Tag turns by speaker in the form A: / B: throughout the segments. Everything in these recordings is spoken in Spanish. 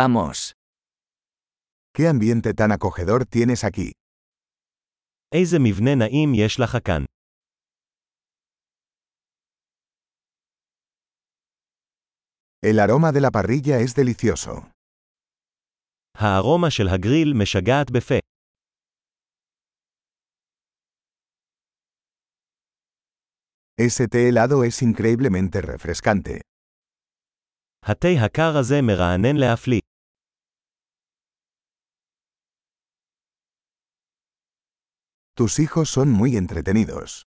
A: Vamos.
B: ¿Qué ambiente tan acogedor tienes aquí?
C: איזה מבנה נעים יש לך כאן.
B: El aroma de la parrilla es delicioso.
C: הארומה של הגריל משגעת בפה.
B: Ese té helado es increíblemente refrescante.
C: התה הקר הזה מרענן להפליא.
B: Tus hijos son muy entretenidos.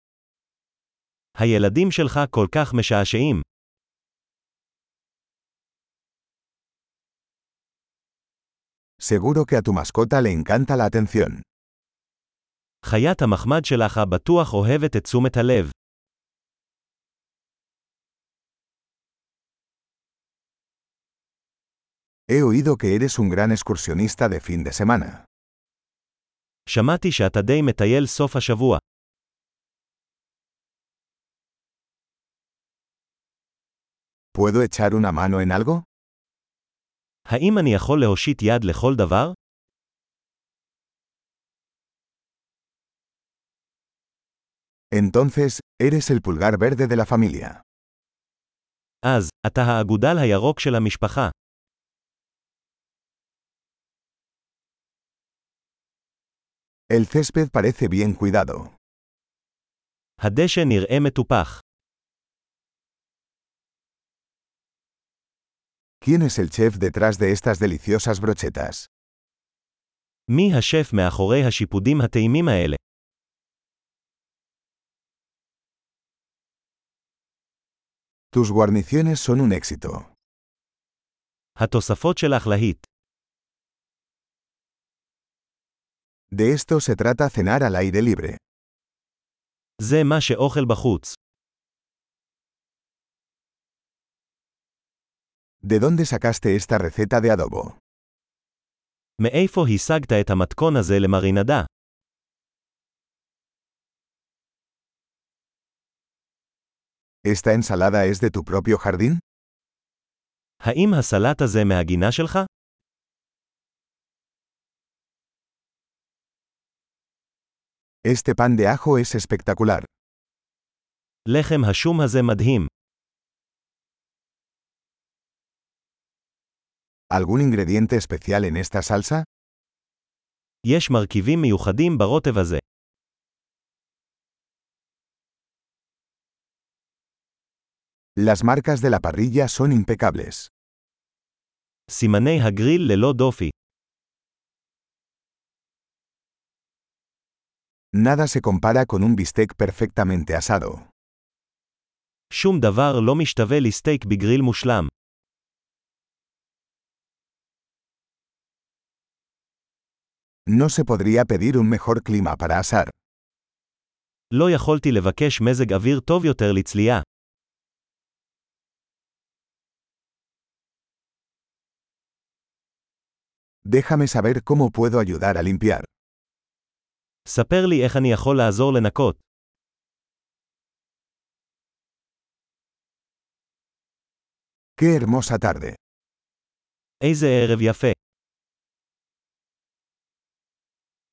C: הילדים שלך כל כך משעשעים.
B: Seguro que a tu mascota le encanta la atención.
C: חיית המחמד שלך בטוח אוהבת את תשומת הלב.
B: He oído que eres un gran excursionista de fin de semana.
C: שמעתי שאתה די מטייל סוף השבוע.
B: ¿Puedo echar una mano en algo?
C: האם אני יכול להושיט יד לכל דבר?
B: Entonces, eres el pulgar verde de la familia.
C: אז, אתה האגודל הירוק של המשפחה.
B: El césped parece bien cuidado.
C: הדשא נראה מטופח.
B: ¿Quién es el chef detrás de estas deliciosas brochetas?
C: מי השף מאחורי השיפודים הטעימים האלה?
B: Tus guarniciones son un éxito.
C: התוספות שלך להיט.
B: De esto se trata cenar al aire libre.
C: זה מה שאוכל בחוץ.
B: ¿De dónde sacaste esta receta de adobo?
C: מאיפה השגת את המתכון הזה למרינדה?
B: ¿Esta ensalada es de tu propio jardín?
C: האם הסלט הזה מהגינה שלך?
B: Este pan de ajo es espectacular.
C: לחם השום הזה מדהים.
B: ¿Algún ingrediente especial en esta salsa?
C: יש מרכיבים מיוחדים ברוטב הזה.
B: Las marcas de la parrilla son impecables.
C: סימני הגריל ללא דופי.
B: Nada se compara con un bistec perfectamente asado.
C: שום דבר לא משתווה לסטייק בגריל מושלם.
B: No se podría pedir un mejor clima para asar.
C: לא יכולתי לבקש מזג אוויר טוב יותר לצלייה.
B: Déjame saber cómo puedo ayudar a limpiar.
C: ספר לי איך אני יכול לעזור לנקות.
B: ¡Qué hermosa tarde!
C: איזה ערב יפה.